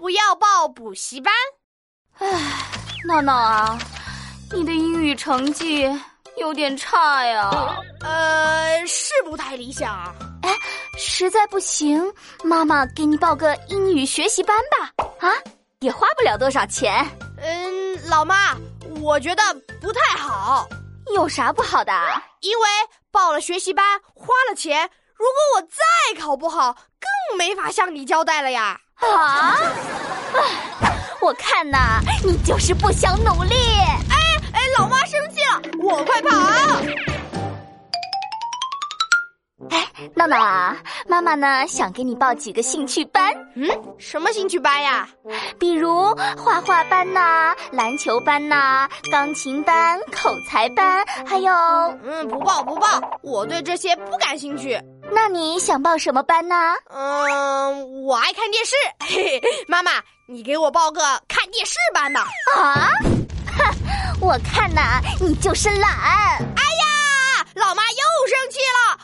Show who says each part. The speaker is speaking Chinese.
Speaker 1: 不要报补习班？
Speaker 2: 唉，闹闹啊，你的英语成绩有点差呀。
Speaker 1: 呃，是不太理想。
Speaker 3: 哎，实在不行，妈妈给你报个英语学习班吧。啊，也花不了多少钱。
Speaker 1: 嗯，老妈，我觉得不太好。
Speaker 3: 有啥不好的？啊
Speaker 1: 因为报了学习班，花了钱。如果我再考不好，更没法向你交代了呀！
Speaker 3: 啊，我看呐，你就是不想努力。
Speaker 1: 哎哎，老妈生气了，我快啊跑！
Speaker 3: 哎，闹闹啊，妈妈呢想给你报几个兴趣班。
Speaker 1: 嗯，什么兴趣班呀？
Speaker 3: 比如画画班呐、啊，篮球班呐、啊，钢琴班、口才班，还有……
Speaker 1: 嗯，不报不报，我对这些不感兴趣。
Speaker 3: 那你想报什么班呢？
Speaker 1: 嗯，我爱看电视。 嘿嘿，妈妈，你给我报个看电视班吧。
Speaker 3: 啊， 哼，我看呐、啊，你就是懒。
Speaker 1: 哎呀，老妈又生气了，